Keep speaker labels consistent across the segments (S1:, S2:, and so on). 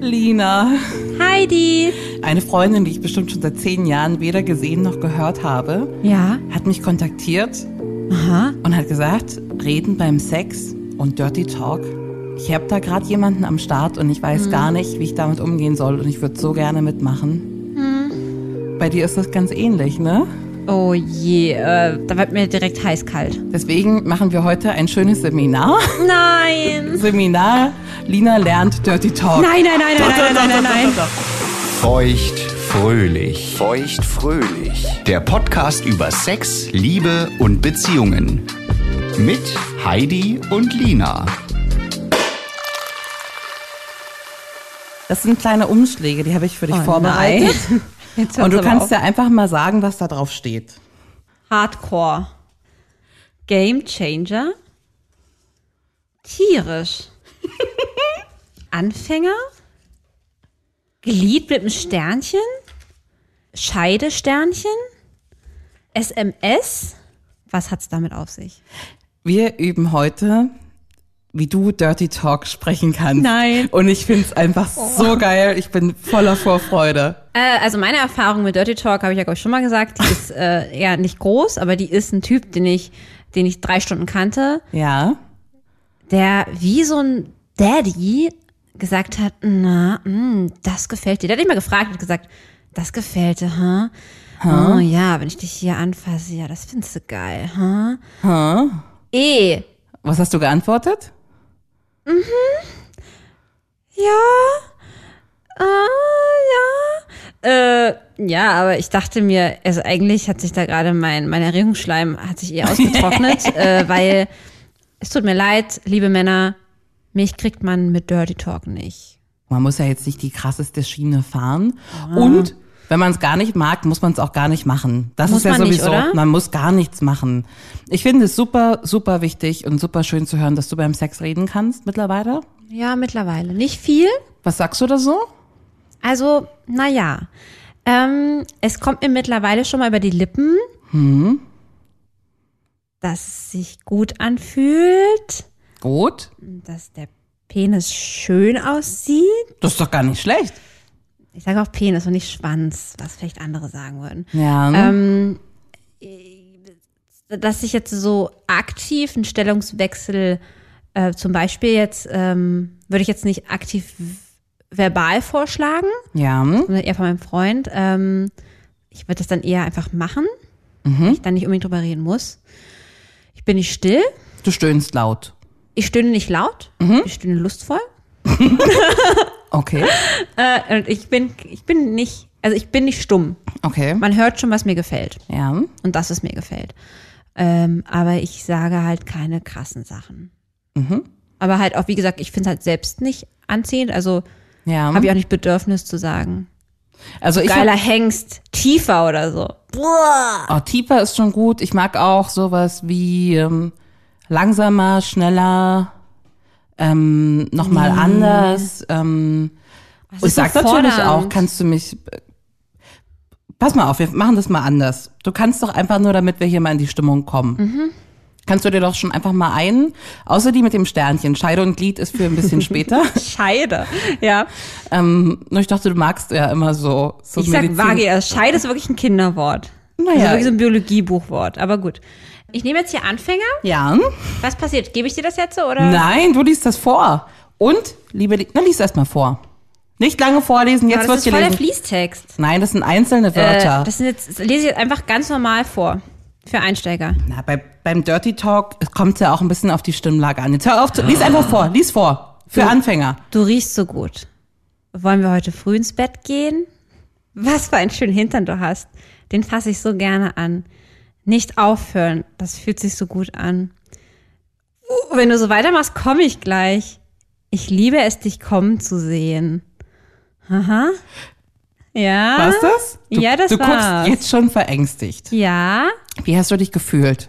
S1: Lina,
S2: Heidi.
S1: eine Freundin, die ich bestimmt schon seit zehn Jahren weder gesehen noch gehört habe,
S2: Ja.
S1: hat mich kontaktiert
S2: Aha.
S1: und hat gesagt, reden beim Sex und Dirty Talk. Ich habe da gerade jemanden am Start und ich weiß
S2: Hm.
S1: gar nicht, wie ich damit umgehen soll und ich würde so gerne mitmachen.
S2: Hm.
S1: Bei dir ist das ganz ähnlich, ne?
S2: Oh je, äh, da wird mir direkt heiß kalt.
S1: Deswegen machen wir heute ein schönes Seminar.
S2: Nein.
S1: Seminar Lina lernt Dirty Talk.
S2: Nein, nein, nein, nein, nein, nein, nein, nein.
S3: Feucht fröhlich. Feucht fröhlich. Der Podcast über Sex, Liebe und Beziehungen. Mit Heidi und Lina.
S1: Das sind kleine Umschläge, die habe ich für dich
S2: Oh
S1: vorbereitet.
S2: nein. Jetzt hört's
S1: Und du
S2: aber
S1: kannst
S2: auf.
S1: ja einfach mal sagen, was da drauf steht.
S2: Hardcore. Game Changer. Tierisch. Anfänger. Glied mit einem Sternchen. Scheidesternchen. SMS. Was hat's damit auf sich?
S1: Wir üben heute, wie du Dirty Talk sprechen kannst.
S2: Nein. Oh.
S1: Und ich finde es einfach so geil. Ich bin voller Vorfreude.
S2: Äh, also meine Erfahrung mit Dirty Talk habe ich ja glaube ich schon mal gesagt, die ist äh, eher nicht groß, aber die ist ein Typ, den ich, den ich drei Stunden kannte,
S1: Ja.
S2: der wie so ein Daddy gesagt hat, na, mh, das gefällt dir. Der hat nicht mal gefragt und gesagt, das gefällt dir, hm? Oh ja, wenn ich dich hier anfasse, ja, das findest du geil, hm? Eh,
S1: Was hast du geantwortet?
S2: ja, ah, ja. Äh, ja, aber ich dachte mir, also eigentlich hat sich da gerade mein, mein Erregungsschleim hat sich eher ausgetrocknet, äh, weil es tut mir leid, liebe Männer, mich kriegt man mit Dirty Talk nicht.
S1: Man muss ja jetzt nicht die krasseste Schiene fahren.
S2: Ah.
S1: Und wenn man es gar nicht mag, muss man es auch gar nicht machen. Das
S2: Muss
S1: ist ja
S2: man nicht,
S1: sowieso.
S2: oder?
S1: Man muss gar nichts machen. Ich finde es super, super wichtig und super schön zu hören, dass du beim Sex reden kannst mittlerweile.
S2: Ja, mittlerweile. Nicht viel.
S1: Was sagst du da so?
S2: Also, naja. Ähm, es kommt mir mittlerweile schon mal über die Lippen, dass es sich gut anfühlt,
S1: Gut.
S2: dass der Penis schön aussieht.
S1: Das ist doch gar nicht schlecht.
S2: Ich sage auch Penis und nicht Schwanz, was vielleicht andere sagen würden.
S1: Ja.
S2: Ähm, dass ich jetzt so aktiv einen Stellungswechsel, äh, zum Beispiel jetzt, ähm, würde ich jetzt nicht aktiv verbal vorschlagen,
S1: ja.
S2: sondern eher von meinem Freund. Ähm, ich würde das dann eher einfach machen, weil ich dann nicht unbedingt drüber reden muss. Ich bin nicht still,
S1: Du stöhnst laut.
S2: ich stöhne nicht laut, ich stöhne lustvoll.
S1: Okay.
S2: Äh, und ich bin, ich bin nicht, also ich bin nicht stumm.
S1: Okay.
S2: Man hört schon, was mir gefällt.
S1: Ja.
S2: und das, was mir gefällt. Ähm, aber ich sage halt keine krassen Sachen.
S1: Mhm.
S2: Aber halt auch, wie gesagt, ich finde es halt selbst nicht anziehend, also
S1: Mhm. Ja.
S2: habe ich auch nicht Bedürfnis zu sagen.
S1: also ich
S2: Geiler Hengst, tiefer oder so.
S1: hab, oh, tiefer ist schon gut. Ich mag auch sowas wie ähm, langsamer, schneller, ähm, nochmal anders. Ähm,
S2: Das
S1: ich
S2: ist so
S1: sag natürlich
S2: fordernd.
S1: auch, kannst du mich. äh, Pass mal auf, wir machen das mal anders. Du kannst doch einfach nur, damit wir hier mal in die Stimmung kommen.
S2: Mhm.
S1: Kannst du dir doch schon einfach mal ein, außer die mit dem Sternchen. Scheide und Glied ist für ein bisschen später.
S2: Scheide. Ja.
S1: ähm, nur ich dachte, du magst ja immer so. so
S2: Ich sag
S1: Medizin-
S2: Vagia. Scheide ist wirklich ein Kinderwort.
S1: Naja.
S2: Also wirklich so ein Biologiebuchwort. Aber gut. Ich nehme jetzt hier Anfänger.
S1: Ja.
S2: Was passiert? Gebe ich dir das jetzt so oder?
S1: Nein, du liest das vor. Und, liebe, Li- na, lies erst mal vor. Nicht lange vorlesen,
S2: Aber
S1: jetzt
S2: das
S1: wird
S2: ist voll der
S1: gelesen.
S2: Fließtext.
S1: Nein, das sind einzelne
S2: Äh,
S1: Wörter.
S2: das sind jetzt, das lese ich jetzt einfach ganz normal vor. Für Einsteiger.
S1: Na, bei, beim Dirty Talk kommt es ja auch ein bisschen auf die Stimmlage an. Jetzt hör auf, zu, lies einfach vor, lies vor. Für Anfänger.
S2: Ah. Du riechst so gut. Wollen wir heute früh ins Bett gehen? Was für einen schönen Hintern du hast. Den fasse ich so gerne an. Nicht aufhören. Das fühlt sich so gut an. Uh, wenn du so weitermachst, komme ich gleich. Ich liebe es, dich kommen zu sehen. Aha. Ja.
S1: War's das? Du,
S2: Ah. Ja, das
S1: Du
S2: war's.
S1: guckst jetzt schon verängstigt.
S2: Ja.
S1: Wie hast du dich gefühlt?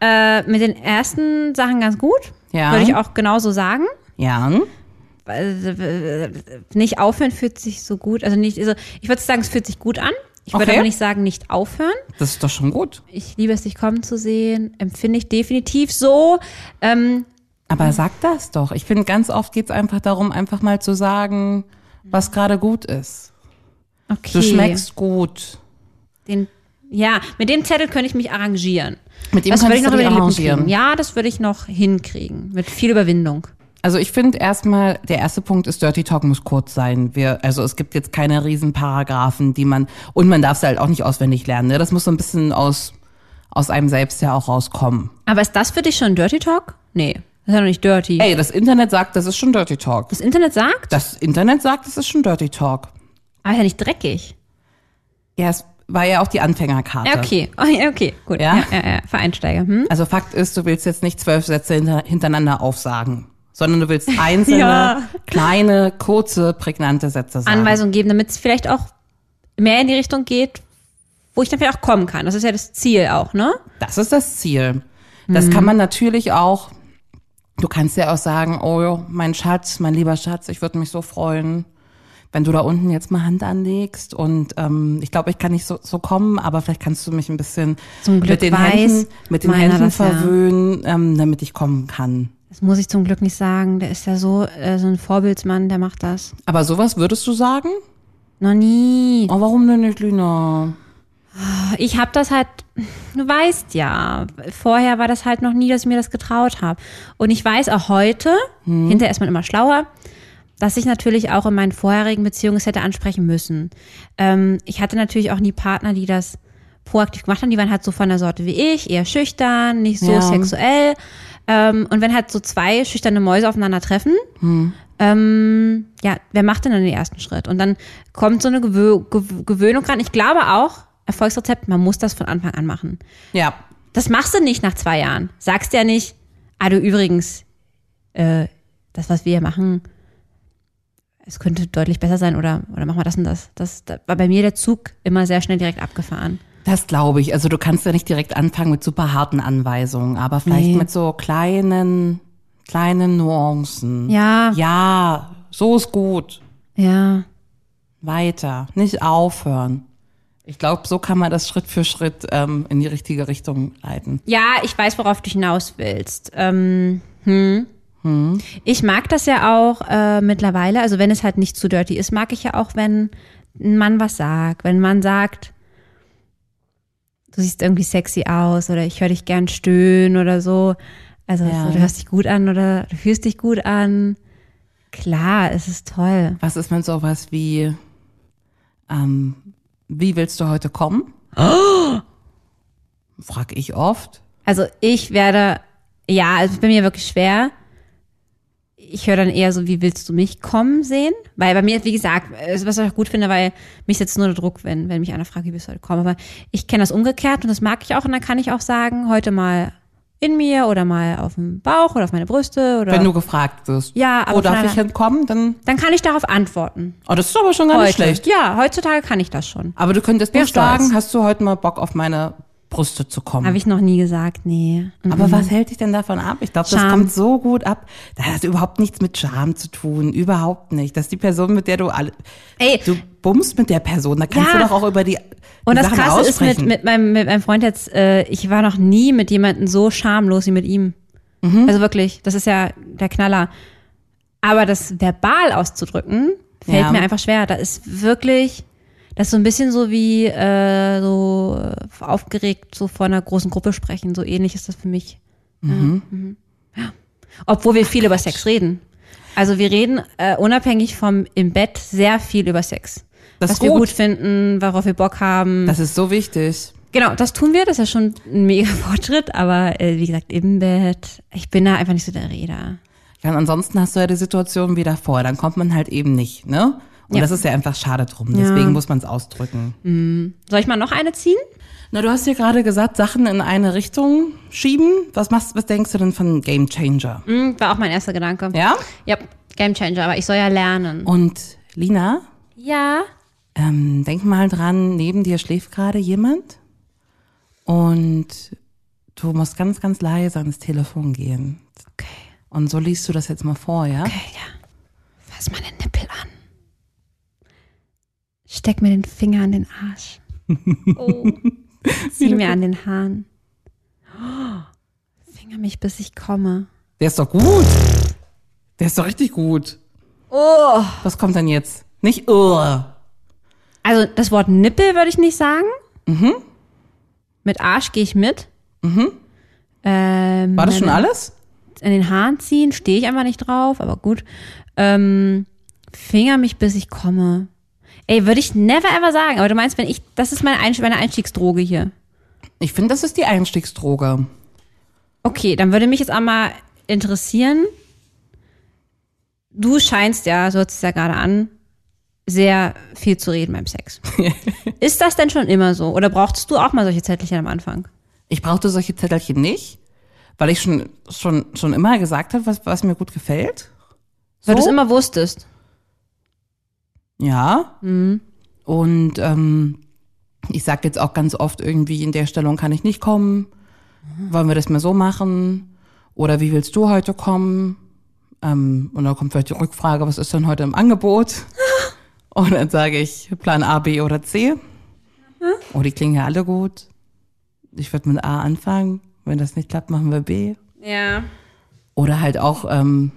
S2: Äh, mit den ersten Sachen ganz gut.
S1: Ja.
S2: Würde ich auch genauso sagen.
S1: Ja.
S2: Also, nicht aufhören fühlt sich so gut, also nicht, also ich würde sagen, es fühlt sich gut an. Ich würde
S1: Okay.
S2: aber nicht sagen, nicht aufhören.
S1: Das ist doch schon gut.
S2: Ich liebe es, dich kommen zu sehen. Empfinde ich definitiv so. Ähm,
S1: Aber sag das doch. Ich finde, ganz oft geht's einfach darum, einfach mal zu sagen, was gerade gut ist.
S2: okay.
S1: Du schmeckst gut.
S2: Den, ja, mit dem Zettel könnte ich mich arrangieren.
S1: Mit dem
S2: das würde ich
S1: kannst du dich
S2: noch über die Lippen
S1: arrangieren.
S2: kriegen. Ja, das würde ich noch hinkriegen. Mit viel Überwindung.
S1: Also ich finde erstmal, der erste Punkt ist, Dirty Talk muss kurz sein. Wir, also es gibt jetzt keine Riesenparagraphen, die man, und man darf es halt auch nicht auswendig lernen. Ne? Das muss so ein bisschen aus, aus einem selbst ja auch rauskommen.
S2: Aber ist das für dich schon Dirty Talk? Nee, das ist ja noch nicht Dirty.
S1: Ey, das Internet sagt, das ist schon Dirty Talk.
S2: Das Internet sagt,
S1: Das Internet sagt, das ist schon Dirty Talk.
S2: aber ist ja nicht dreckig.
S1: Ja, es war ja auch die Anfängerkarte.
S2: Ja, okay. Oh, ja, okay, gut.
S1: Ja?
S2: Ja, ja, ja. Vereinsteiger. Hm?
S1: Also Fakt ist, du willst jetzt nicht zwölf Sätze hinter, hintereinander aufsagen, sondern du willst einzelne,
S2: Ja.
S1: kleine, kurze, prägnante Sätze sagen.
S2: Anweisungen geben, damit es vielleicht auch mehr in die Richtung geht, wo ich dann vielleicht auch kommen kann. Das ist ja das Ziel auch, ne?
S1: Das ist das Ziel. Das
S2: Mhm.
S1: kann man natürlich auch, du kannst ja auch sagen, oh, mein Schatz, mein lieber Schatz, ich würde mich so freuen, wenn du da unten jetzt mal Hand anlegst und ähm, ich glaube, ich kann nicht so, so kommen, aber vielleicht kannst du mich ein bisschen
S2: Zum Glück
S1: mit den
S2: weiß
S1: Händen, mit den
S2: meiner
S1: Händen
S2: das, ja.
S1: verwöhnen, ähm, damit ich kommen kann.
S2: Das muss ich zum Glück nicht sagen. Der ist ja so, äh, so ein Vorbildsmann, der macht das.
S1: Aber sowas würdest du sagen?
S2: Noch nie.
S1: Oh, warum denn nicht, Lina?
S2: Ich habe das halt, du weißt ja, vorher war das halt noch nie, dass ich mir das getraut habe. Und ich weiß auch heute, hinterher ist man immer schlauer, dass ich natürlich auch in meinen vorherigen Beziehungen es hätte ansprechen müssen. Ähm, ich hatte natürlich auch nie Partner, die das proaktiv gemacht haben. Die waren halt so von der Sorte wie ich, eher schüchtern, nicht so
S1: Ja.
S2: sexuell. Ähm, und wenn halt so zwei schüchterne Mäuse aufeinandertreffen, ähm, ja, wer macht denn dann den ersten Schritt? Und dann kommt so eine Gewö Gew Gewöhnung ran. Ich glaube auch, Erfolgsrezept, man muss das von Anfang an machen.
S1: Ja,
S2: Das machst du nicht nach zwei Jahren. Sagst ja nicht, ah du übrigens, äh, das, was wir hier machen, es könnte deutlich besser sein oder, oder machen wir das und das. Das da war bei mir der Zug immer sehr schnell direkt abgefahren.
S1: Das glaube ich. Also du kannst ja nicht direkt anfangen mit super harten Anweisungen, aber vielleicht
S2: Nee.
S1: mit so kleinen, kleinen Nuancen.
S2: Ja, ja.
S1: Ja, so ist gut. Weiter. Nicht aufhören. Ich glaube, so kann man das Schritt für Schritt ähm, in die richtige Richtung leiten.
S2: Ja, ich weiß, worauf du hinaus willst. Ähm, hm. Ich mag das ja auch äh, mittlerweile, also wenn es halt nicht zu dirty ist, mag ich ja auch, wenn ein Mann was sagt, wenn ein Mann sagt, du siehst irgendwie sexy aus oder ich höre dich gern stöhnen oder so. Also
S1: Ja.
S2: so, du hörst dich gut an oder du fühlst dich gut an. Klar, es ist toll.
S1: Was ist mit sowas wie, ähm, wie willst du heute kommen? Frag ich oft.
S2: Also ich werde, ja, also es ist bei mir wirklich schwer. Ich höre dann eher so, wie willst du mich kommen sehen? Weil bei mir, wie gesagt, äh, was ich auch gut finde, weil mich setzt nur der Druck, wenn, wenn mich einer fragt, wie willst du heute kommen. Aber ich kenne das umgekehrt und das mag ich auch. Und dann kann ich auch sagen, heute mal in mir oder mal auf dem Bauch oder auf meine Brüste oder.
S1: Wenn du gefragt wirst,
S2: Ja, aber
S1: wo darf
S2: von
S1: ich
S2: einer-
S1: hinkommen, dann,
S2: dann kann ich darauf antworten.
S1: oh, das ist aber schon gar nicht
S2: Heute.
S1: schlecht.
S2: Ja, heutzutage kann ich das schon.
S1: Aber du könntest
S2: Bin
S1: nicht
S2: stolz.
S1: sagen, hast du heute mal Bock auf meine Brüste zu kommen.
S2: Habe ich noch nie gesagt, nee. Mhm.
S1: Aber was hält dich denn davon ab? Ich glaube, das
S2: Charme.
S1: kommt so gut ab. Das hat überhaupt nichts mit Charme zu tun. Überhaupt nicht. Das ist die Person, mit der du alle.
S2: Ey.
S1: Du bummst mit der Person. Da kannst
S2: Ja.
S1: du doch auch über die.
S2: Und
S1: die
S2: das
S1: Sachen
S2: Krasse ist mit,
S1: aussprechen.
S2: mit, meinem, mit meinem Freund jetzt, äh, ich war noch nie mit jemandem so schamlos wie mit ihm.
S1: Mhm.
S2: Also wirklich, das ist ja der Knaller. Aber das verbal auszudrücken, fällt
S1: Ja.
S2: mir einfach schwer. Da ist wirklich, das ist so ein bisschen so wie äh, so äh, aufgeregt, so vor einer großen Gruppe sprechen. So ähnlich ist das für mich.
S1: Mhm.
S2: Mhm. Ja. Ja. Obwohl wir viel über Sex reden. Also wir reden äh, unabhängig vom im Bett sehr viel über Sex.
S1: Das
S2: was
S1: ist
S2: wir
S1: gut.
S2: gut finden, worauf wir Bock haben.
S1: Das ist so wichtig.
S2: Genau, das tun wir, das ist ja schon ein mega Fortschritt, aber äh, wie gesagt, im Bett, ich bin da einfach nicht so der Reder.
S1: Ja, und ansonsten hast du ja die Situation wie davor. Dann kommt man halt eben nicht, ne? Und
S2: Ja.
S1: das ist ja einfach schade drum. Deswegen muss man es ausdrücken.
S2: Soll ich mal noch eine ziehen?
S1: Na, du hast ja gerade gesagt, Sachen in eine Richtung schieben. Was machst, was denkst du denn von Game Changer?
S2: Hm, war auch mein erster Gedanke.
S1: Ja?
S2: Ja, Game Changer, aber ich soll ja lernen.
S1: Und Lina,
S2: Ja.
S1: ähm, denk mal dran, neben dir schläft gerade jemand und du musst ganz, ganz leise ans Telefon gehen.
S2: Okay,
S1: Und so liest du das jetzt mal vor, ja?
S2: okay, ja. Fass meine Nippel an. Steck mir den Finger an den Arsch. Oh. Zieh mir an den Haaren. Oh. Finger mich, bis ich komme.
S1: Der ist doch gut. Der ist doch richtig gut.
S2: Oh.
S1: Was kommt denn jetzt? Nicht oh.
S2: Also das Wort Nippel würde ich nicht sagen. Mit Arsch gehe ich mit. Ähm,
S1: War das schon alles?
S2: An den Haaren ziehen stehe ich einfach nicht drauf, aber gut. Ähm, Finger mich, bis ich komme. Ey, würde ich never ever sagen. Aber du meinst, wenn ich, das ist meine, Einst meine Einstiegsdroge hier.
S1: Ich finde, das ist die Einstiegsdroge.
S2: Okay, dann würde mich jetzt einmal interessieren. Du scheinst ja, so hört es ja gerade an, sehr viel zu reden beim Sex. ist das denn schon immer so? Oder brauchtest du auch mal solche Zettelchen am Anfang?
S1: Ich brauchte solche Zettelchen nicht, weil ich schon, schon, schon immer gesagt habe, was, was mir gut gefällt.
S2: Weil du es immer wusstest.
S1: Ja. Und ähm, ich sage jetzt auch ganz oft irgendwie, in der Stellung kann ich nicht kommen. Wollen wir das mal so machen? Oder wie willst du heute kommen? Ähm, und dann kommt vielleicht die Rückfrage, was ist denn heute im Angebot? Und dann sage ich Plan A, B oder C. Oh, die klingen ja alle gut. Ich würde mit A anfangen. Wenn das nicht klappt, machen wir B.
S2: Ja.
S1: Oder halt auch ähm,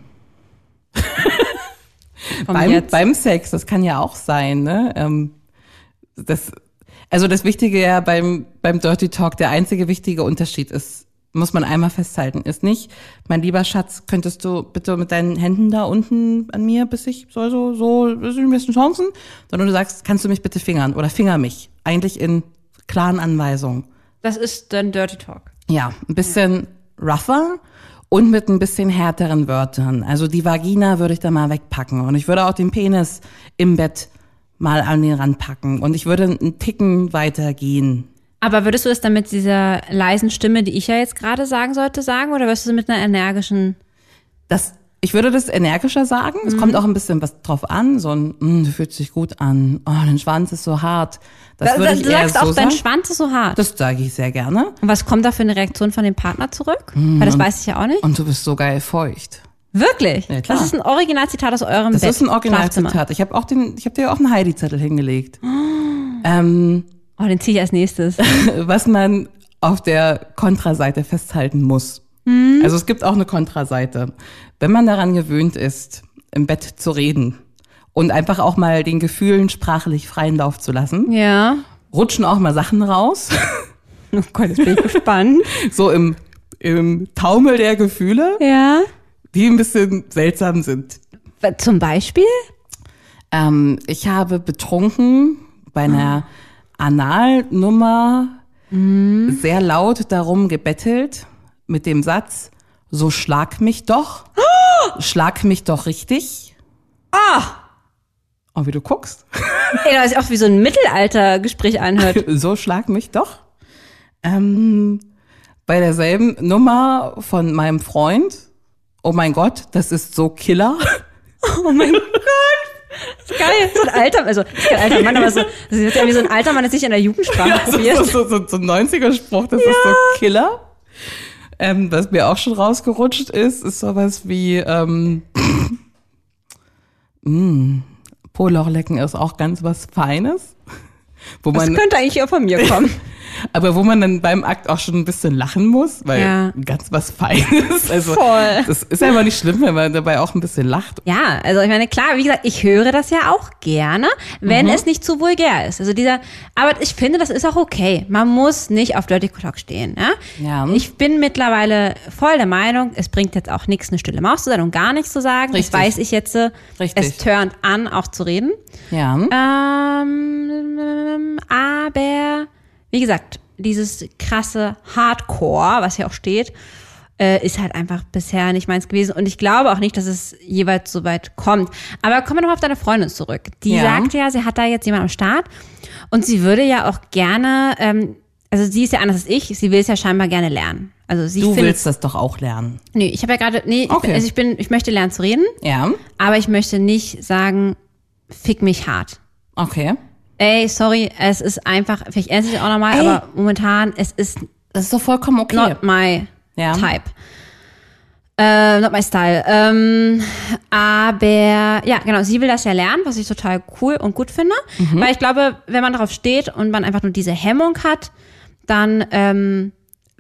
S2: Komm
S1: beim,
S2: jetzt.
S1: beim Sex, das kann ja auch sein, ne? Ähm, das, also das Wichtige ja beim, beim Dirty Talk, der einzige wichtige Unterschied ist, muss man einmal festhalten, ist nicht, mein lieber Schatz, könntest du bitte mit deinen Händen da unten an mir, bis ich so, so, so, das sind die besten Chancen, sondern du sagst, kannst du mich bitte fingern oder finger mich. Eigentlich in klaren Anweisungen.
S2: das ist dann Dirty Talk.
S1: Ja, ein bisschen rougher und mit ein bisschen härteren Wörtern. Also die Vagina würde ich da mal wegpacken und ich würde auch den Penis im Bett mal an den Rand packen und ich würde einen Ticken weiter gehen.
S2: Aber würdest du das dann mit dieser leisen Stimme, die ich ja jetzt gerade sagen sollte, sagen? Oder würdest du es mit einer energischen?
S1: Das, ich würde das energischer sagen.
S2: Mhm.
S1: Es kommt auch ein bisschen was drauf an. So ein, mm, du fühlst dich gut an. Oh, dein Schwanz ist so hart. Das
S2: Da-
S1: würde
S2: da-
S1: ich
S2: du
S1: eher
S2: sagst
S1: so
S2: Also auch,
S1: sagen.
S2: dein Schwanz ist so hart.
S1: Das sage ich sehr gerne.
S2: Und was kommt da für eine Reaktion von dem Partner zurück? Weil das weiß ich ja auch nicht.
S1: Und du bist so geil feucht.
S2: Wirklich?
S1: Ja, klar.
S2: das ist ein Originalzitat aus eurem
S1: Das
S2: Bett.
S1: ist ein
S2: Schlafzimmer.
S1: Originalzitat. Ich habe auch den, ich habe dir auch einen Heidi-Zettel hingelegt. ähm,
S2: Oh, den ziehe ich als nächstes.
S1: was man auf der Kontraseite festhalten muss. Also es gibt auch eine Kontraseite. Wenn man daran gewöhnt ist, im Bett zu reden und einfach auch mal den Gefühlen sprachlich freien Lauf zu lassen,
S2: ja.
S1: rutschen auch mal Sachen raus,
S2: Oh Gott, jetzt bin ich gespannt.
S1: so im, im Taumel der Gefühle,
S2: Ja.
S1: die ein bisschen seltsam sind.
S2: Wa- Zum Beispiel?
S1: Ähm, ich habe betrunken bei einer Analnummer sehr laut darum gebettelt mit dem Satz, so schlag mich doch, schlag mich doch richtig. Ah! Oh, wie du guckst.
S2: Ey, das ist auch wie so ein Mittelaltergespräch anhört.
S1: so schlag mich doch. Ähm, bei derselben Nummer von meinem Freund. Oh mein Gott, das ist so Killer.
S2: Oh mein Gott. Geil. So ein alter, also ist kein alter Mann, aber so, das ist irgendwie so ein alter Mann, das sich in der Jugendsprache
S1: Ja, das
S2: probiert.
S1: ist so, so, so ein 90er-Spruch, das ist so Killer. Ähm, was mir auch schon rausgerutscht ist, ist sowas wie ähm, mm, Poloch lecken ist auch ganz was Feines. Wo
S2: das
S1: man,
S2: könnte eigentlich auch von mir kommen.
S1: aber wo man dann beim Akt auch schon ein bisschen lachen muss, weil
S2: Ja.
S1: ganz was Feines. Also
S2: Voll.
S1: das ist einfach nicht schlimm, wenn man dabei auch ein bisschen lacht.
S2: Ja, also ich meine, klar, wie gesagt, ich höre das ja auch gerne, wenn
S1: Mhm.
S2: es nicht zu vulgär ist. Also dieser, aber ich finde, das ist auch okay. Man muss nicht auf Dirty Talk stehen. Ja?
S1: Ja.
S2: Ich bin mittlerweile voll der Meinung, es bringt jetzt auch nichts, eine stille Maus zu sein und gar nichts zu sagen.
S1: Richtig.
S2: Das weiß ich jetzt. äh,
S1: Richtig.
S2: Es turnt an, auch zu reden.
S1: Ja.
S2: Ähm, aber wie gesagt, dieses krasse Hardcore, was hier auch steht, äh, ist halt einfach bisher nicht meins gewesen. Und ich glaube auch nicht, dass es jeweils so weit kommt. Aber kommen wir nochmal auf deine Freundin zurück. Die
S1: Ja.
S2: sagte ja, sie hat da jetzt jemanden am Start und sie würde ja auch gerne, ähm, also sie ist ja anders als ich, sie will es ja scheinbar gerne lernen. Also sie
S1: du
S2: findet,
S1: willst das doch auch lernen.
S2: nee, ich habe ja gerade, nee, ich,
S1: Okay.
S2: bin- also ich bin, ich möchte lernen zu reden,
S1: Ja.
S2: aber ich möchte nicht sagen, fick mich hart.
S1: Okay.
S2: Ey, sorry, es ist einfach, vielleicht esse ich auch nochmal,
S1: Ey.
S2: aber momentan, es ist
S1: Das ist doch vollkommen okay.
S2: not my
S1: Ja.
S2: type. Äh, not my style. Ähm, aber ja, genau, sie will das ja lernen, was ich total cool und gut finde.
S1: Mhm.
S2: Weil ich glaube, wenn man darauf steht und man einfach nur diese Hemmung hat, dann ähm,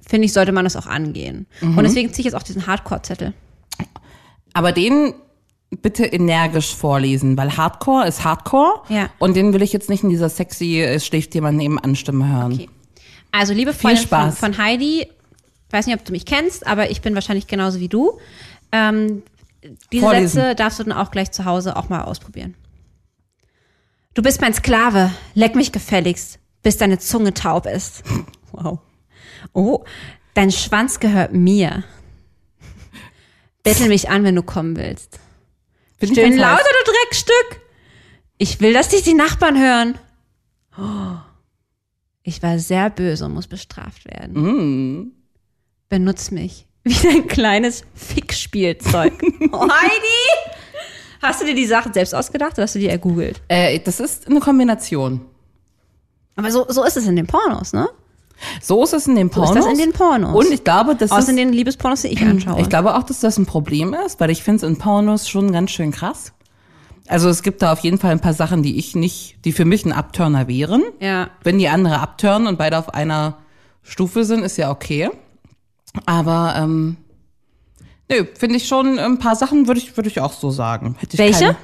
S2: finde ich, sollte man das auch angehen.
S1: Mhm.
S2: Und deswegen ziehe ich jetzt auch diesen Hardcore-Zettel.
S1: Aber den bitte energisch vorlesen, weil Hardcore ist Hardcore.
S2: Ja.
S1: Und den will ich jetzt nicht in dieser sexy, es schläft jemand nebenan Stimme hören.
S2: Okay. Also, liebe Freundin von,
S1: Spaß.
S2: von Heidi, ich weiß nicht, ob du mich kennst, aber ich bin wahrscheinlich genauso wie du. Ähm, diese
S1: Vorlesen.
S2: Sätze darfst du dann auch gleich zu Hause auch mal ausprobieren. Du bist mein Sklave, leck mich gefälligst, bis deine Zunge taub ist. Wow. Oh, dein Schwanz gehört mir. Bettel mich an, wenn du kommen willst.
S1: Bin
S2: Ich bin lauter, du Dreckstück. Ich will, dass dich die Nachbarn hören. Oh. Ich war sehr böse und muss bestraft werden.
S1: Mm.
S2: Benutz mich wie dein kleines Fickspielzeug. oh, Heidi! Hast du dir die Sachen selbst ausgedacht oder hast du die ergoogelt?
S1: Äh, das ist eine Kombination.
S2: Aber so, so ist es in den Pornos, ne?
S1: So ist es in den
S2: So
S1: Pornos.
S2: ist das in den Pornos.
S1: Und ich glaube, das
S2: Außer in
S1: ist, Mhm.
S2: den Liebespornos, die ich anschaue.
S1: ich glaube auch, dass das ein Problem ist, weil ich finde es in Pornos schon ganz schön krass. Also es gibt da auf jeden Fall ein paar Sachen, die ich nicht, die für mich ein Abturner wären.
S2: ja.
S1: wenn die andere abturnen und beide auf einer Stufe sind, ist ja okay. Aber ähm, nö, finde ich schon ein paar Sachen würde ich würde ich auch so sagen. Hätte ich
S2: Welche?
S1: keine-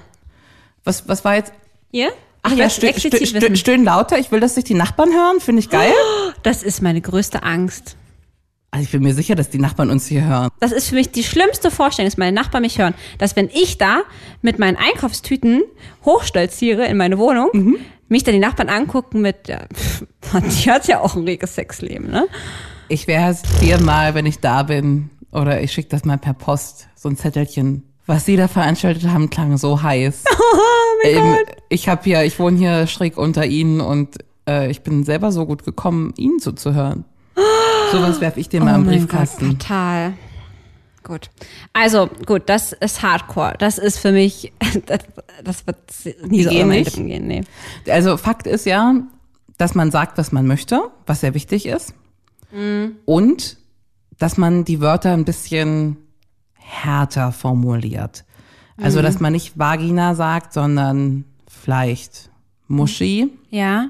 S1: was was war jetzt?
S2: Hier?
S1: Ach
S2: Ich
S1: ja,
S2: will's
S1: stö stö
S2: explizit
S1: stö
S2: wissen. Oh.
S1: stöhn lauter. Ich will, dass sich die Nachbarn hören. Finde ich geil.
S2: Das ist meine größte Angst.
S1: Also ich bin mir sicher, dass die Nachbarn uns hier hören.
S2: Das ist für mich die schlimmste Vorstellung, dass meine Nachbarn mich hören. Dass wenn ich da mit meinen Einkaufstüten hochstolziere in meine Wohnung, mich dann die Nachbarn angucken mit, ja, pff, die hat ja auch ein reges Sexleben, ne?
S1: Ich werde dir mal, wenn ich da bin, oder ich schicke das mal per Post, so ein Zettelchen. Was sie da veranstaltet haben, klang so heiß. ähm, ich habe hier, ich wohne hier schräg unter ihnen und äh, ich bin selber so gut gekommen, ihnen zuzuhören. Sowas werfe ich dir mal im Briefkasten.
S2: Oh Total. Gut. Also, gut, das ist Hardcore. Das ist für mich, das, das wird nie so
S1: gehen
S2: in meine
S1: nicht?
S2: Lippen gehen, nee.
S1: Also Fakt ist ja, dass man sagt, was man möchte, was sehr wichtig ist. Und dass man die Wörter ein bisschen härter formuliert.
S2: Mhm.
S1: Also, dass man nicht Vagina sagt, sondern vielleicht Muschi,
S2: Ja?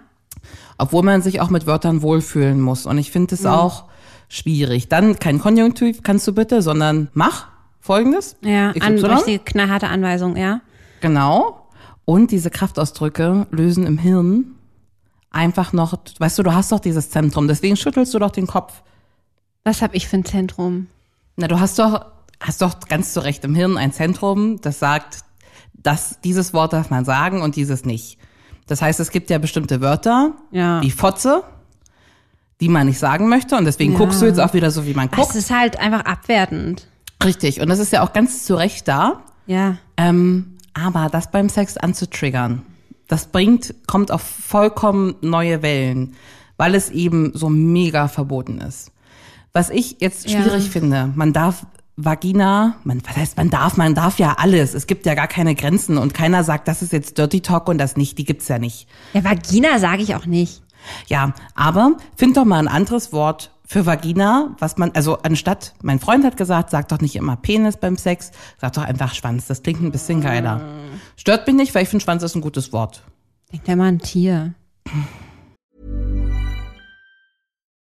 S1: obwohl man sich auch mit Wörtern wohlfühlen muss. Und ich finde es
S2: Mhm.
S1: auch schwierig. Dann kein Konjunktiv kannst du bitte, sondern mach folgendes.
S2: Ja, an,
S1: XY.
S2: richtige knallharte Anweisung, ja.
S1: Genau. Und diese Kraftausdrücke lösen im Hirn einfach noch, weißt du, du hast doch dieses Zentrum, deswegen schüttelst du doch den Kopf.
S2: Was hab ich für ein Zentrum?
S1: Na, du hast doch, hast doch ganz zu Recht im Hirn ein Zentrum, das sagt, dass dieses Wort darf man sagen und dieses nicht. Das heißt, es gibt ja bestimmte Wörter,
S2: Ja.
S1: wie Fotze, die man nicht sagen möchte und deswegen guckst du jetzt auch wieder so, wie man
S2: Es
S1: guckt.
S2: ist halt einfach abwertend.
S1: Richtig. Und das ist ja auch ganz zu Recht da.
S2: Ja.
S1: Ähm, aber das beim Sex anzutriggern, das bringt, kommt auf vollkommen neue Wellen, weil es eben so mega verboten ist. Was ich jetzt
S2: Ja.
S1: schwierig finde, man darf Vagina, man, was heißt, man darf, man darf ja alles. Es gibt ja gar keine Grenzen und keiner sagt, das ist jetzt Dirty Talk und das nicht, die gibt's ja nicht.
S2: Ja, Vagina sage ich auch nicht.
S1: Ja, aber find doch mal ein anderes Wort für Vagina, was man, also anstatt, mein Freund hat gesagt, sag doch nicht immer Penis beim Sex, sag doch einfach Schwanz, das klingt ein bisschen geiler. Stört mich nicht, weil ich finde Schwanz ist ein gutes Wort.
S2: Denkt ja mal an ein Tier.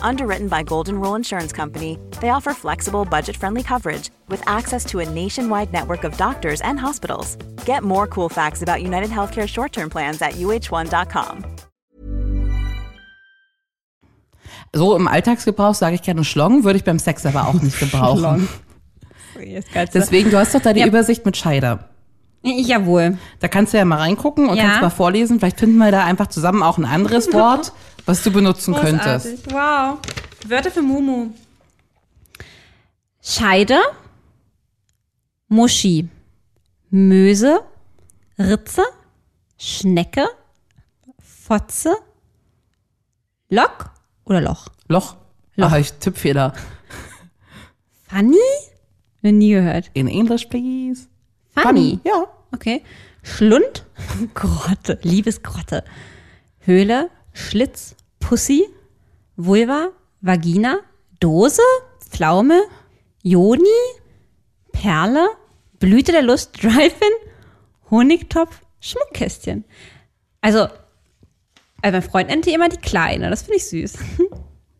S4: Underwritten by Golden Rule Insurance Company, they offer flexible, budget friendly coverage with access to a nationwide network of doctors and hospitals. Get more cool facts about United Healthcare short term plans at uh1.com.
S1: So im Alltagsgebrauch sage ich gerne Schlong, würde ich beim Sex aber auch nicht gebrauchen. Deswegen, du hast doch da die
S2: Ja.
S1: Übersicht mit Scheider.
S2: Jawohl.
S1: Da kannst du ja mal reingucken und
S2: Ja.
S1: kannst mal vorlesen. Vielleicht finden wir da einfach zusammen auch ein anderes Wort, was du benutzen könntest.
S5: Wow. Wörter für Mumu.
S2: Scheide, Muschi, Möse, Ritze, Schnecke, Fotze, Lock oder Loch?
S1: Loch. Loch. Ah, ich Tippfehler.
S2: Fanny? Noch nie gehört.
S1: In English, please.
S2: Fanny.
S1: Ja.
S2: Okay. Schlund, Grotte, Liebesgrotte. Höhle, Schlitz, Pussy, Vulva, Vagina, Dose, Pflaume, Joni, Perle, Blüte der Lust, Drive-In, Honigtopf, Schmuckkästchen. Also, also mein Freund nennt die immer die Kleine. Das finde ich süß.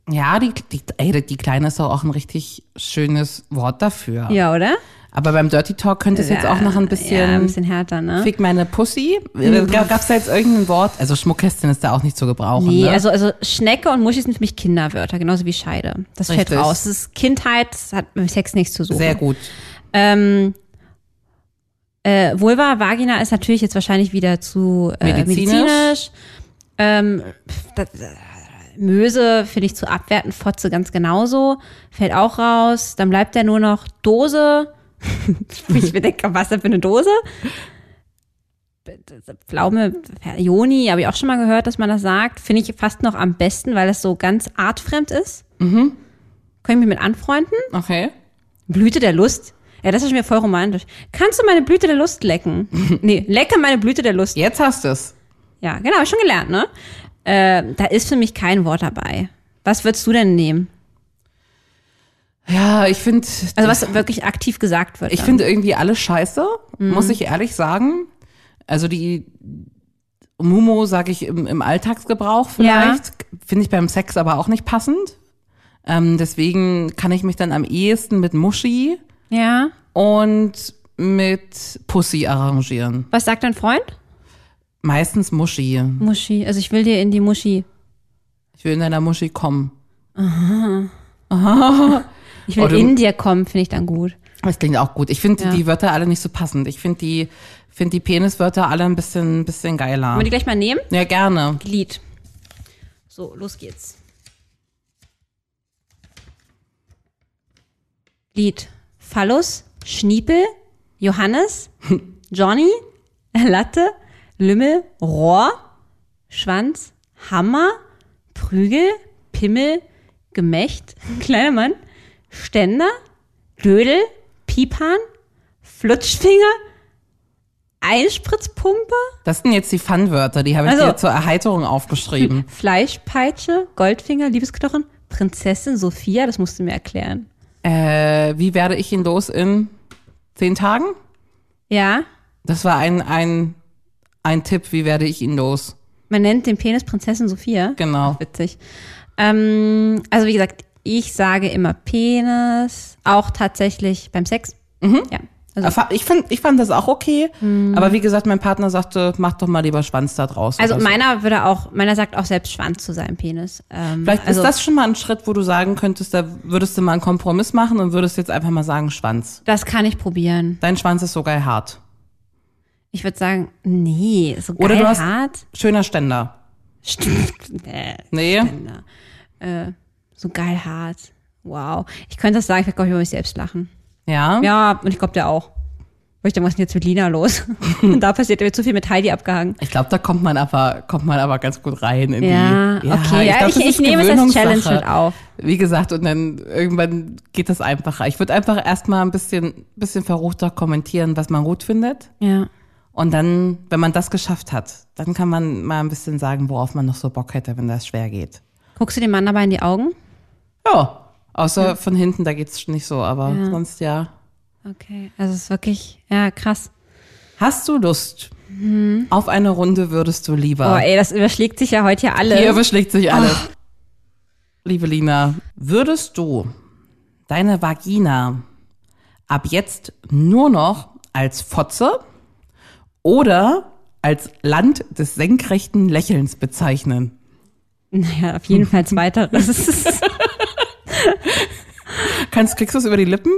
S1: Ja, die, die, ey, die Kleine ist doch auch ein richtig schönes Wort dafür.
S2: Ja, oder?
S1: Aber beim Dirty Talk könnte es jetzt auch noch ein bisschen,
S2: Ja, ein bisschen härter, ne?
S1: Fick meine Pussy. Äh, Gab es da jetzt irgendein Wort? Also Schmuckkästchen ist da auch nicht zu gebrauchen.
S2: Nee,
S1: ne?
S2: also, also Schnecke und Muschi sind für mich Kinderwörter, genauso wie Scheide. Das fällt
S1: Richtig.
S2: raus. Das ist Kindheit, das hat mit Sex nichts zu suchen.
S1: Sehr gut.
S2: Ähm, äh, Vulva, Vagina ist natürlich jetzt wahrscheinlich wieder zu äh,
S1: Medizinisch.
S2: medizinisch. Ähm, pf, das, äh, Möse finde ich zu abwerten, Fotze ganz genauso, fällt auch raus. Dann bleibt ja nur noch Dose. ich mir denke, was ist das für eine Dose? Pflaume, Joni, habe ich auch schon mal gehört, dass man das sagt. Finde ich fast noch am besten, weil das so ganz artfremd ist. Mhm. Können wir mit anfreunden?
S1: Okay.
S2: Blüte der Lust? Ja, das ist schon wieder voll romantisch. Kannst du meine Blüte der Lust lecken? nee, lecke meine Blüte der Lust.
S1: Jetzt hast du es.
S2: Ja, genau, hab ich schon gelernt, ne? Äh, da ist für mich kein Wort dabei. Was würdest du denn nehmen?
S1: Ja, ich finde.
S2: Also was wirklich aktiv gesagt wird.
S1: Ich
S2: dann. Mhm.
S1: finde irgendwie alles scheiße, muss ich ehrlich sagen. Also die Mumo sage ich im, im Alltagsgebrauch vielleicht, finde ich beim Sex aber auch nicht passend. Ähm, deswegen kann ich mich dann am ehesten mit Muschi
S2: Ja.
S1: und mit Pussy arrangieren.
S2: Was sagt dein Freund?
S1: Meistens Muschi.
S2: Muschi. Also ich will dir in die Muschi.
S1: Ich will in deiner Muschi kommen.
S2: Ich will
S1: Oh, du- Ah.
S2: in dir kommen, finde ich dann gut.
S1: Das klingt auch gut. Ich finde die Wörter alle nicht so passend. Ich finde die, finde die Peniswörter alle ein bisschen, bisschen geiler.
S2: Wollen wir die gleich mal nehmen?
S1: Ja, gerne.
S2: Glied. So, los geht's. Glied. Phallus, Schniepel, Johannes, Johnny, Latte, Lümmel, Rohr, Schwanz, Hammer, Prügel, Pimmel, Gemächt, kleiner Mann, Ständer, Dödel, Pipan, Flutschfinger, Einspritzpumpe,
S1: Das sind jetzt die Fun-Wörter, die habe ich
S2: Also-
S1: dir zur Erheiterung aufgeschrieben.
S2: Fleischpeitsche, Goldfinger, Liebesknochen, Prinzessin Sophia, das musst du mir erklären.
S1: äh, wie werde ich ihn los in zehn Tagen?
S2: Ja,
S1: Das war ein, ein, ein Tipp, wie werde ich ihn los?
S2: man nennt den Penis Prinzessin Sophia.
S1: Genau.
S2: Witzig. Ähm, also wie gesagt, Ich sage immer Penis, auch tatsächlich beim Sex.
S1: Mhm.
S2: Ja. Also,
S1: Erfa- Ich fand, ich fand das auch okay, aber wie gesagt, mein Partner sagte, mach doch mal lieber Schwanz da draus.
S2: also
S1: oder so.
S2: meiner würde auch, meiner sagt auch selbst Schwanz zu seinem Penis. Ähm,
S1: Vielleicht
S2: also,
S1: ist das schon mal ein Schritt, wo du sagen könntest, da würdest du mal einen Kompromiss machen und würdest jetzt einfach mal sagen, Schwanz.
S2: Das kann ich probieren.
S1: Dein Schwanz ist sogar hart.
S2: Ich würde sagen, nee, so geil
S1: Oder du hast-
S2: hart.
S1: Schöner Ständer.
S2: Stimmt. Äh,
S1: Nee.
S2: Ständer. Äh, so geil hart. Wow. Ich könnte das sagen, ich glaube, ich über mich selbst lachen.
S1: Ja?
S2: Ja, und ich glaube, der auch. Wo ich denke, was ist denn jetzt mit Lina los? und da passiert mir zu viel mit Heidi abgehangen.
S1: Ich glaube, da kommt man aber, kommt man aber ganz gut rein in
S2: Ja,
S1: die.
S2: okay. Ja,
S1: glaub,
S2: ich,
S1: das
S2: ich,
S1: ist
S2: nehme es als
S1: Gewöhnungssache.
S2: Challenge mit auf.
S1: Wie gesagt, und dann irgendwann geht das einfacher. Ich würde einfach erstmal ein bisschen, bisschen verruchter kommentieren, was man gut findet.
S2: Ja.
S1: Und dann, wenn man das geschafft hat, dann kann man mal ein bisschen sagen, worauf man noch so Bock hätte, wenn das schwer geht.
S2: Guckst du dem Mann dabei in die Augen?
S1: Ja. Außer von hinten, da geht's nicht so, aber
S2: Ja.
S1: sonst ja.
S2: Okay. Also es ist wirklich, ja, krass.
S1: Hast du Lust? Auf eine Runde würdest du
S2: Mhm. Oh,
S1: lieber.
S2: ey, das überschlägt sich ja heute ja alles.
S1: Hier beschlägt sich alles. Liebe Lina, würdest du deine Vagina ab jetzt nur noch als Fotze oder als Land des senkrechten Lächelns bezeichnen?
S2: Naja, auf jeden Fall zweiteres.
S1: Kannst, kriegst du es über die Lippen?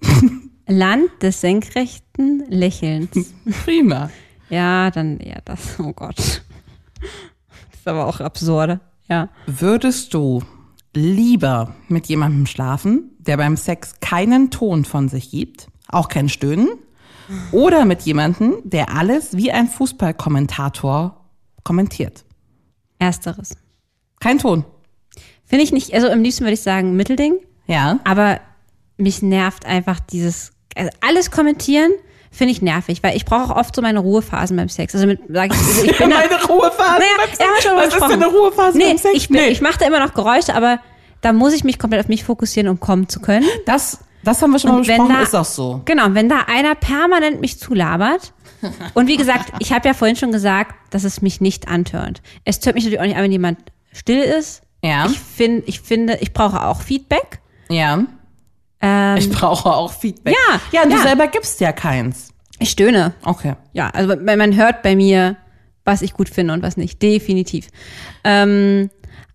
S2: Land des senkrechten Lächelns.
S1: Prima.
S2: Ja, dann eher das. Oh Gott. Das ist aber auch absurde. Ja.
S1: Würdest du lieber mit jemandem schlafen, der beim Sex keinen Ton von sich gibt, auch kein Stöhnen, oder mit jemandem, der alles wie ein Fußballkommentator kommentiert?
S2: Ersteres.
S1: Kein Ton.
S2: Finde ich nicht, also am liebsten würde ich sagen Mittelding,
S1: Ja.
S2: aber mich nervt einfach dieses, also alles kommentieren finde ich nervig, weil ich brauche auch oft so meine Ruhephasen beim Sex. Also mit, sag ich, also ich bin da,
S1: Meine Ruhephase.
S2: naja,
S1: beim Sex.
S2: ja, haben wir schon mal
S1: Was ist
S2: gesprochen.
S1: denn eine Ruhephase
S2: nee,
S1: beim Sex?
S2: Ich, bin- ich mache da immer noch Geräusche, aber da muss ich mich komplett auf mich fokussieren, um kommen zu können.
S1: Das, das haben wir schon mal
S2: Und wenn
S1: besprochen,
S2: da-
S1: ist auch so.
S2: Genau, und wenn da einer permanent mich zulabert. Und wie gesagt, ich habe ja vorhin schon gesagt, dass es mich nicht antört. Es tört mich natürlich auch nicht an, wenn jemand still ist.
S1: Ja.
S2: Ich, find, ich finde, ich brauche auch Feedback.
S1: Ja. ich brauche auch Feedback.
S2: Ja,
S1: ja, und du
S2: ja.
S1: selber gibst ja keins.
S2: Ich stöhne.
S1: Okay.
S2: Ja, also man, man hört bei mir, was ich gut finde und was nicht. Definitiv. Ähm,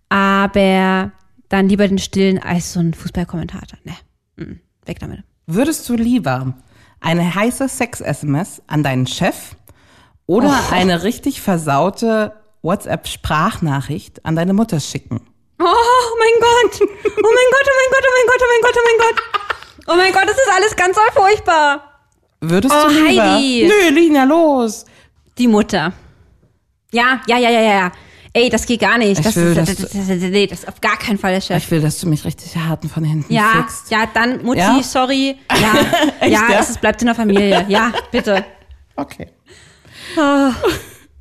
S2: aber dann lieber den Stillen als so ein Fußballkommentator. Ne, mm, weg damit.
S1: Würdest du lieber eine heiße Sex-SMS an deinen Chef oder eine richtig versaute WhatsApp-Sprachnachricht an deine Mutter schicken?
S2: Oh mein Gott. Oh mein Gott, oh mein Gott, oh mein Gott, oh mein Gott, oh mein Gott. Oh mein Gott, das ist alles ganz doll furchtbar.
S1: Würdest
S2: Oh,
S1: du lieber...
S2: Heidi.
S1: Nö, Lina, los!
S2: Die Mutter. Ja, ja, ja, ja, ja, ja. Ey, das geht gar nicht.
S1: Ich
S2: Das,
S1: will,
S2: ist, das,
S1: dass
S2: das, das, das, nee, das ist auf gar keinen Fall der Chef.
S1: Ich will, dass du mich richtig harten von hinten
S2: Ja,
S1: fickst.
S2: ja, dann Mutti,
S1: Ja?
S2: sorry. Ja, ja,
S1: ja?
S2: Es ist, bleibt in der Familie. Ja, bitte.
S1: Okay. Ah.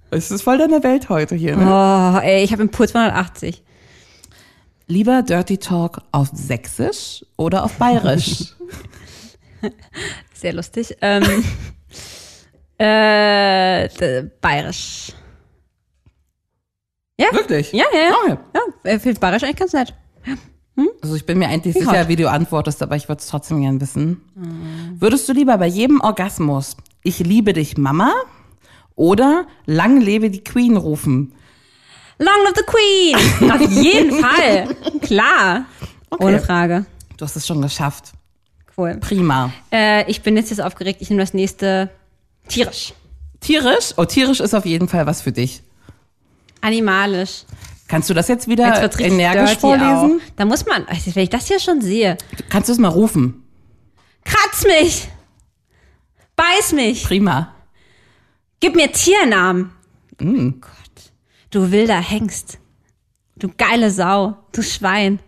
S1: Es ist voll deine Welt heute hier. Ne?
S2: Oh, ey, ich habe Impuls 280.
S1: Lieber Dirty Talk auf Sächsisch oder auf Bayerisch?
S2: Sehr lustig. Ähm, äh, d- bayerisch.
S1: Wirklich? Ah,
S2: Ja, ja, ja.
S1: Okay.
S2: Ja, äh, für bayerisch eigentlich ganz nett.
S1: Also ich bin mir eigentlich
S2: Ja.
S1: sicher, wie du antwortest, aber ich würde es trotzdem gern wissen.
S2: Mhm.
S1: Würdest du lieber bei jedem Orgasmus Ich liebe dich, Mama? Oder Lang lebe die Queen rufen?
S2: Long live the Queen! Auf jeden Fall. Klar. Ohne Frage.
S1: Du hast es schon geschafft.
S2: Cool.
S1: Prima.
S2: Äh, ich bin jetzt jetzt aufgeregt. Ich nehme das nächste tierisch.
S1: Tierisch? Oh, tierisch ist auf jeden Fall was für dich.
S2: Animalisch.
S1: Kannst du das jetzt
S2: Jetzt
S1: wieder
S2: wird's richtig
S1: energisch
S2: dirty
S1: vorlesen?
S2: Auch. Da muss man, also wenn ich das hier schon sehe,
S1: Kannst du es mal rufen?
S2: kratz mich! Beiß mich!
S1: Prima.
S2: Gib mir Tiernamen!
S1: Mm.
S2: Oh Gott. Du wilder Hengst. Du geile Sau. Du Schwein.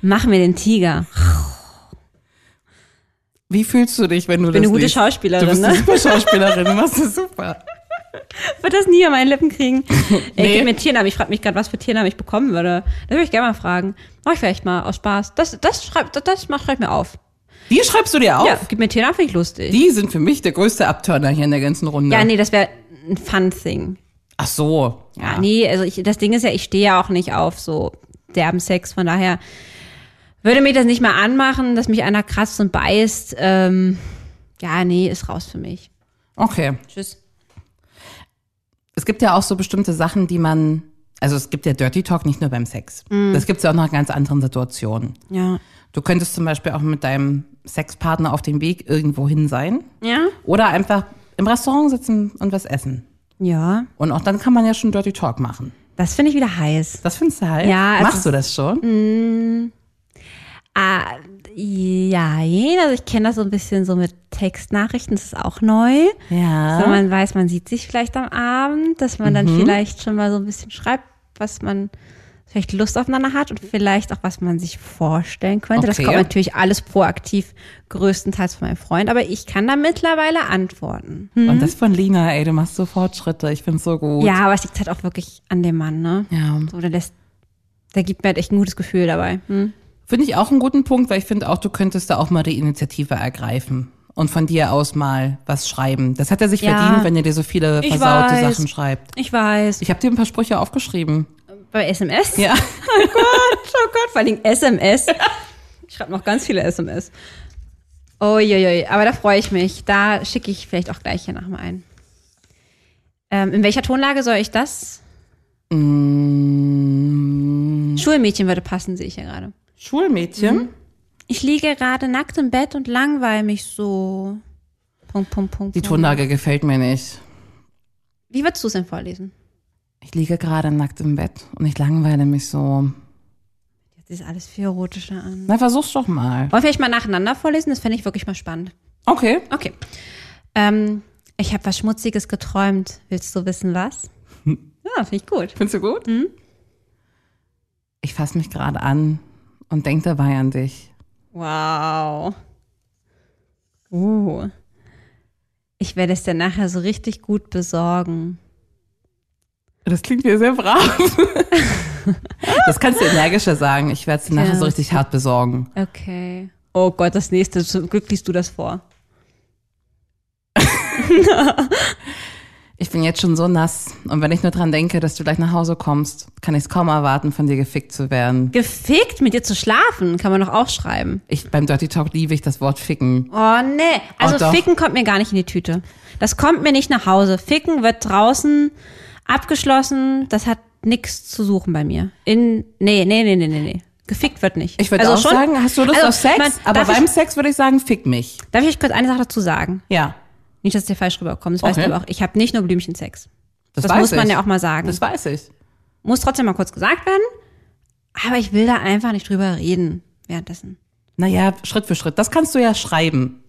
S2: Mach mir den Tiger.
S1: Wie fühlst du dich, wenn du
S2: bin
S1: das
S2: eine gute
S1: liest?
S2: Schauspielerin,
S1: Du bist eine
S2: ne?
S1: super Schauspielerin, du machst es super.
S2: wird das nie an meine Lippen kriegen. Ey,
S1: Nee.
S2: gib mir einen Tiernamen. Ich frage mich gerade, was für Tiernamen ich bekommen würde. Das würde ich gerne mal fragen. Mach ich vielleicht mal aus Spaß. Das, das schreib, das, das mach, schreib mir auf.
S1: Die schreibst du dir auf?
S2: Ja, gib mir einen Tiernamen, finde ich lustig.
S1: Die sind für mich der größte Abturner hier in der ganzen Runde.
S2: ja, nee, das wäre ein Fun-Thing.
S1: Ach so.
S2: Ja, nee, also ich, das Ding ist ja, ich stehe ja auch nicht auf so derben Sex. Von daher würde mich das nicht mal anmachen, dass mich einer kratzt und beißt. Ähm, ja, nee, ist raus für mich.
S1: Okay.
S2: Tschüss.
S1: Es gibt ja auch so bestimmte Sachen, die man, also es gibt ja Dirty Talk nicht nur beim Sex.
S2: Mm.
S1: Das gibt es ja auch noch in ganz anderen Situationen.
S2: Ja.
S1: Du könntest zum Beispiel auch mit deinem Sexpartner auf dem Weg irgendwo hin sein
S2: Ja?
S1: oder einfach im Restaurant sitzen und was essen.
S2: Ja.
S1: Und auch dann kann man ja schon Dirty Talk machen.
S2: Das finde ich wieder heiß.
S1: Das findest du halt?
S2: Ja, also-
S1: Machst du das schon?
S2: Ah, ja, also ich kenne das so ein bisschen so mit Textnachrichten, das ist auch neu.
S1: Ja. Mhm.
S2: So, man weiß, man sieht sich vielleicht am Abend, dass man dann vielleicht schon mal so ein bisschen schreibt, was man vielleicht Lust aufeinander hat und vielleicht auch, was man sich vorstellen könnte. Das
S1: Okay.
S2: kommt natürlich alles proaktiv, größtenteils von meinem Freund, aber ich kann da mittlerweile antworten.
S1: Und das von Lina, ey, du machst so Fortschritte. Ich find's so gut.
S2: Mhm. Ja, aber es liegt halt auch wirklich an dem Mann, ne?
S1: Ja.
S2: So, der lässt, der gibt mir halt echt ein gutes Gefühl dabei. Hm?
S1: Finde ich auch einen guten Punkt, weil ich finde auch, du könntest da auch mal die Initiative ergreifen und von dir aus mal was schreiben. Das hat er sich
S2: Ja.
S1: verdient, wenn er dir so viele
S2: Ich
S1: versaute
S2: weiß.
S1: Sachen schreibt.
S2: Ich weiß.
S1: Ich habe dir ein paar Sprüche aufgeschrieben.
S2: Bei SMS?
S1: Ja.
S2: Oh Gott, oh Gott, vor allem SMS. Ich schreibe noch ganz viele SMS. Uiuiui, aber da freue ich mich. Da schicke ich vielleicht auch gleich hier nochmal ein. Ähm, in welcher Tonlage soll ich das?
S1: Mm.
S2: Schulmädchen würde passen, sehe ich ja gerade.
S1: Schulmädchen?
S2: Ich liege gerade nackt im Bett und langweile mich so. Punkt, Punkt, Punkt.
S1: Die
S2: Punkt.
S1: Tonlage gefällt mir nicht.
S2: Wie würdest du es denn vorlesen?
S1: Ich liege gerade nackt im Bett und ich langweile mich so.
S2: Jetzt ist alles viel erotischer an.
S1: Na, versuch's doch mal.
S2: Wollen wir vielleicht mal nacheinander vorlesen? Das fände ich wirklich mal spannend.
S1: Okay.
S2: Okay. Ähm, ich habe was Schmutziges geträumt. Willst du wissen, was? Ja, finde ich gut.
S1: Findest du gut? Mhm. Ich fasse mich gerade an und denk dabei an dich.
S2: Wow. Uh. Ich werde es dir nachher so richtig gut besorgen.
S1: Das klingt mir sehr brav. das kannst du energischer sagen. Ich werde es dir nachher
S2: Ja.
S1: so richtig hart besorgen.
S2: Okay. Oh Gott, das nächste. Zum Glück liest du das vor.
S1: Ich bin jetzt schon so nass. Und wenn ich nur dran denke, dass du gleich nach Hause kommst, kann ich es kaum erwarten, von dir gefickt zu werden.
S2: Gefickt, mit dir zu schlafen, kann man doch auch schreiben.
S1: Ich, beim Dirty Talk liebe ich das Wort ficken.
S2: Oh nee.
S1: Ach,
S2: Also
S1: doch.
S2: Ficken kommt mir gar nicht in die Tüte. Das kommt mir nicht nach Hause. Ficken wird draußen abgeschlossen. Das hat nichts zu suchen bei mir. In nee, nee, nee, nee, nee, nee. Gefickt wird nicht. Also
S1: Ich würde auch
S2: schon-
S1: sagen, hast du Lust
S2: also,
S1: auf Sex?
S2: man-
S1: Aber
S2: darf
S1: beim
S2: ich,
S1: Sex würde ich sagen, fick mich.
S2: darf ich kurz eine Sache dazu sagen?
S1: Ja.
S2: Nicht, dass es dir falsch rüberkommt. Das weißt du
S1: Okay.
S2: aber auch. Ich habe nicht nur Blümchensex.
S1: Das,
S2: Das
S1: weiß
S2: muss
S1: ich.
S2: man ja auch mal sagen.
S1: Das weiß ich.
S2: Muss trotzdem mal kurz gesagt werden. Aber ich will da einfach nicht drüber reden währenddessen.
S1: Naja, Schritt für Schritt. Das kannst du ja schreiben.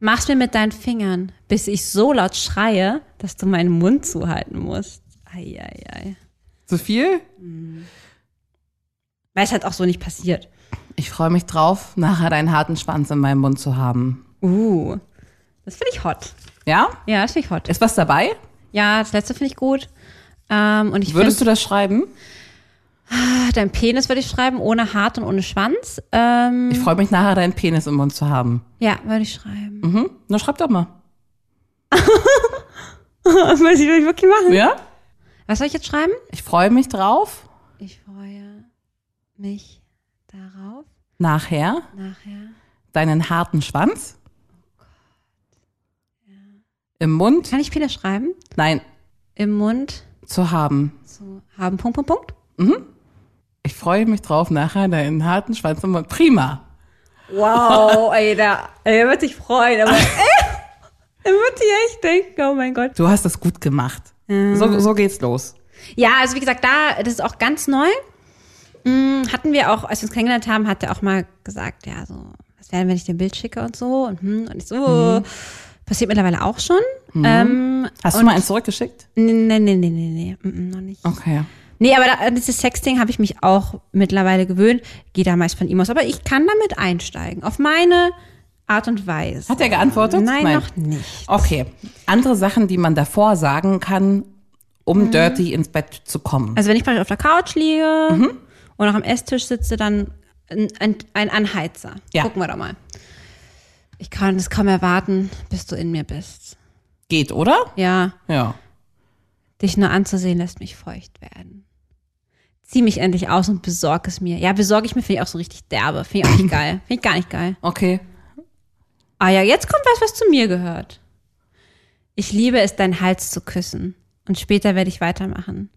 S2: Mach's mir mit deinen Fingern, bis ich so laut schreie, dass du meinen Mund zuhalten musst. Eieiei. Ei, ei.
S1: Zu viel?
S2: Weil es halt auch so nicht passiert.
S1: Ich freue mich drauf, nachher deinen harten Schwanz in meinem Mund zu haben.
S2: Uh. Das finde ich hot.
S1: Ja?
S2: Ja, das finde ich hot.
S1: Ist was dabei?
S2: Ja, das letzte finde ich gut. Ähm, und ich
S1: Würdest du
S2: find,
S1: das schreiben?
S2: Ah, dein Penis würde ich schreiben, ohne Hart und ohne Schwanz. Ähm,
S1: Ich freue mich nachher, deinen Penis im Mund zu haben.
S2: ja, würde ich schreiben.
S1: Mhm. Na, schreib doch mal.
S2: Das würde ich wirklich machen.
S1: Ja?
S2: Was soll ich jetzt schreiben?
S1: Ich freue mich drauf.
S2: Ich freue mich darauf,
S1: Nachher
S2: nachher.
S1: deinen harten Schwanz. Im Mund?
S2: Kann ich Penis schreiben?
S1: Nein,
S2: Im Mund
S1: zu haben.
S2: zu haben. Punkt, Punkt, Punkt.
S1: Ich freue mich drauf, nachher deinen harten Schwanz im Mund. Prima.
S2: Wow, ey, da, ey, er wird sich freuen, aber er wird sich echt denken, oh mein Gott.
S1: Du hast das gut gemacht. So, so geht's los.
S2: Ja, also wie gesagt, da, das ist auch ganz neu. Hm, Hatten wir auch, als wir uns kennengelernt haben, hat er auch mal gesagt, ja, so, was werden, wenn ich dir ein Bild schicke und so und, hm, und ich so, passiert mittlerweile auch schon. Ähm,
S1: Hast du mal eins zurückgeschickt?
S2: nee, nee, nee, nee, nee, nee, mm, mm, noch nicht.
S1: Okay.
S2: Nee, aber da, dieses Sexting habe ich mich auch mittlerweile gewöhnt, gehe da meist von ihm aus, aber ich kann damit einsteigen, auf meine Art und Weise.
S1: Hat er geantwortet?
S2: Nein, noch nicht.
S1: Okay. Andere Sachen, die man davor sagen kann, um dirty ins Bett zu kommen.
S2: Mhm. Also wenn ich beispielsweise auf der Couch liege und auch am Esstisch sitze, dann ein, ein, ein Anheizer.
S1: Ja.
S2: Gucken wir doch mal. Ich kann es kaum erwarten, bis du in mir bist.
S1: Geht, oder?
S2: Ja,
S1: Ja.
S2: dich nur anzusehen lässt mich feucht werden. zieh mich endlich aus und besorg es mir. Ja, besorge ich mir, finde ich auch so richtig derbe. Finde ich auch nicht geil. Finde ich gar nicht geil.
S1: Okay.
S2: Ah ja, jetzt kommt was, was zu mir gehört. Ich liebe es, deinen Hals zu küssen. Und später werde ich weitermachen.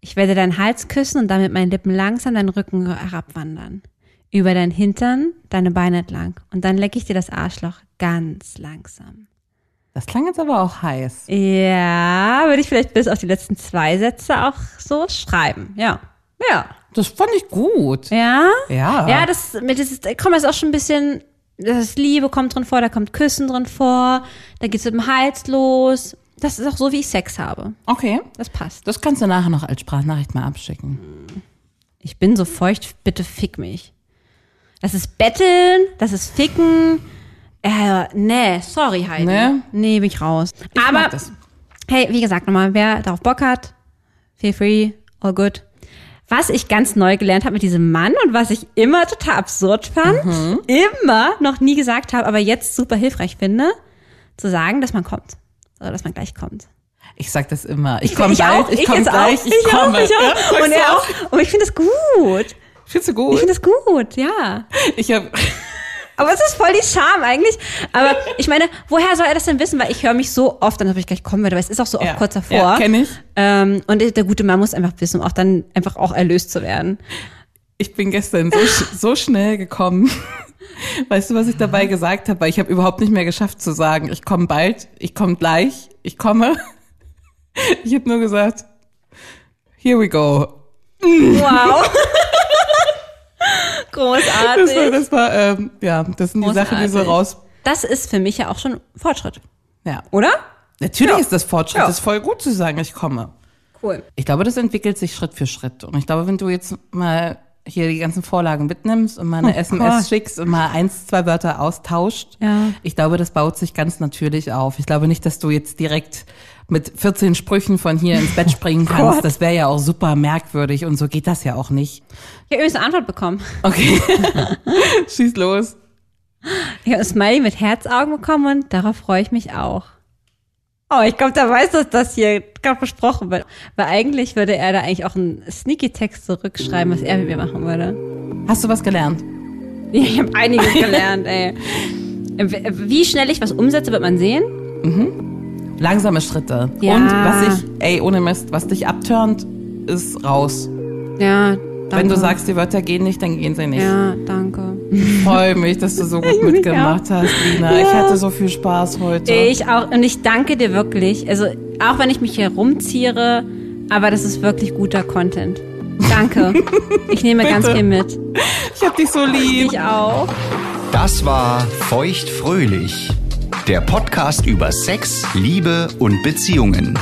S2: Ich werde deinen Hals küssen und dann mit meinen Lippen langsam deinen Rücken herabwandern. Über deinen Hintern, deine Beine entlang. Und dann lecke ich dir das Arschloch ganz langsam.
S1: Das klang jetzt aber auch heiß.
S2: Ja, würde ich vielleicht bis auf die letzten zwei Sätze auch so schreiben. Ja. Ja.
S1: Das fand ich gut.
S2: Ja?
S1: Ja.
S2: Ja, das, mit dieses, da kommt das auch schon ein bisschen, das ist Liebe kommt drin vor, da kommt Küssen drin vor, da geht's mit dem Hals los. Das ist auch so, wie ich Sex habe.
S1: Okay.
S2: Das passt.
S1: Das kannst du nachher noch als Sprachnachricht mal abschicken.
S2: Ich bin so feucht, bitte fick mich. Das ist Betteln, das ist Ficken. Äh, nee, sorry, Heidi.
S1: Nee?
S2: Nee, bin ich raus. Aber,
S1: mag das.
S2: hey, wie gesagt, nochmal, wer darauf Bock hat, feel free, all good. Was ich ganz neu gelernt habe mit diesem Mann und was ich immer total absurd fand,
S1: Mhm.
S2: immer noch nie gesagt habe, aber jetzt super hilfreich finde, zu sagen, dass man kommt. Oder dass man gleich kommt.
S1: Ich sag das immer. Ich komme
S2: auch,
S1: gleich, ich komme
S2: jetzt
S1: gleich,
S2: auch,
S1: ich komme.
S2: Auch, ich
S1: Ja,
S2: auch.
S1: sagst
S2: Und
S1: du
S2: er
S1: auch.
S2: auch. Und ich finde das gut.
S1: Findest du
S2: Ich
S1: gut?
S2: finde das gut, ja.
S1: Ich habe
S2: Aber es ist voll die Scham eigentlich. Aber ich meine, woher soll er das denn wissen? Weil ich höre mich so oft, dann ob ich gleich kommen werde, weil es ist auch so oft
S1: Ja.
S2: kurz davor.
S1: Ja, kenn ich.
S2: Ähm, und der gute Mann muss einfach wissen, um auch dann einfach auch erlöst zu werden.
S1: ich bin gestern so, sch- so schnell gekommen. Weißt du, was ich dabei gesagt habe? Weil ich habe überhaupt nicht mehr geschafft zu sagen, ich komme bald, ich komme gleich, ich komme. Ich habe nur gesagt, here we go.
S2: Wow.
S1: Das war,
S2: Großartig.
S1: das war ähm, ja, das sind die Sachen, die so raus.
S2: Das ist für mich ja auch schon Fortschritt,
S1: Ja,
S2: oder?
S1: natürlich
S2: Ja.
S1: ist das Fortschritt.
S2: Ja.
S1: Das ist voll gut zu sagen, ich komme.
S2: Cool.
S1: Ich glaube, das entwickelt sich Schritt für Schritt. Und ich glaube, wenn du jetzt mal hier die ganzen Vorlagen mitnimmst und mal eine SMS
S2: Oh Gott.
S1: schickst und mal eins, zwei Wörter austauscht,
S2: Ja.
S1: ich glaube, das baut sich ganz natürlich auf. Ich glaube nicht, dass du jetzt direkt mit 14 Sprüchen von hier ins Bett springen
S2: Oh
S1: kannst. das wäre ja auch super merkwürdig und so geht das ja auch nicht.
S2: Ich habe übrigens eine Antwort bekommen.
S1: Okay. Schieß los.
S2: Ich habe ein Smiley mit Herzaugen bekommen und darauf freue ich mich auch. Oh, ich glaube, da weiß, dass das hier gerade besprochen wird. Weil eigentlich würde er da eigentlich auch einen Sneaky-Text zurückschreiben, was er mit mir machen würde.
S1: Hast du was gelernt?
S2: Ja, ich habe einiges gelernt, ey. Wie schnell ich was umsetze, wird man sehen.
S1: Langsame Schritte.
S2: Ja.
S1: Und was ich, ey, ohne Mist, was dich abturnt, ist raus.
S2: Ja, danke.
S1: Wenn du sagst, die Wörter gehen nicht, dann gehen sie nicht.
S2: Ja, danke.
S1: freue mich, dass du so gut mitgemacht hast, Lina. Ich hatte so viel Spaß heute.
S2: Ich auch. Und ich danke dir wirklich. Also, auch wenn ich mich hier rumziere, aber das ist wirklich guter Content. Danke. Ich nehme ganz viel mit.
S1: ich hab dich so lieb.
S2: Ich auch.
S3: Das war Feuchtfröhlich, der Podcast über Sex, Liebe und Beziehungen.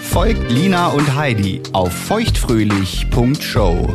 S3: Folgt Lina und Heidi auf feuchtfröhlich.show.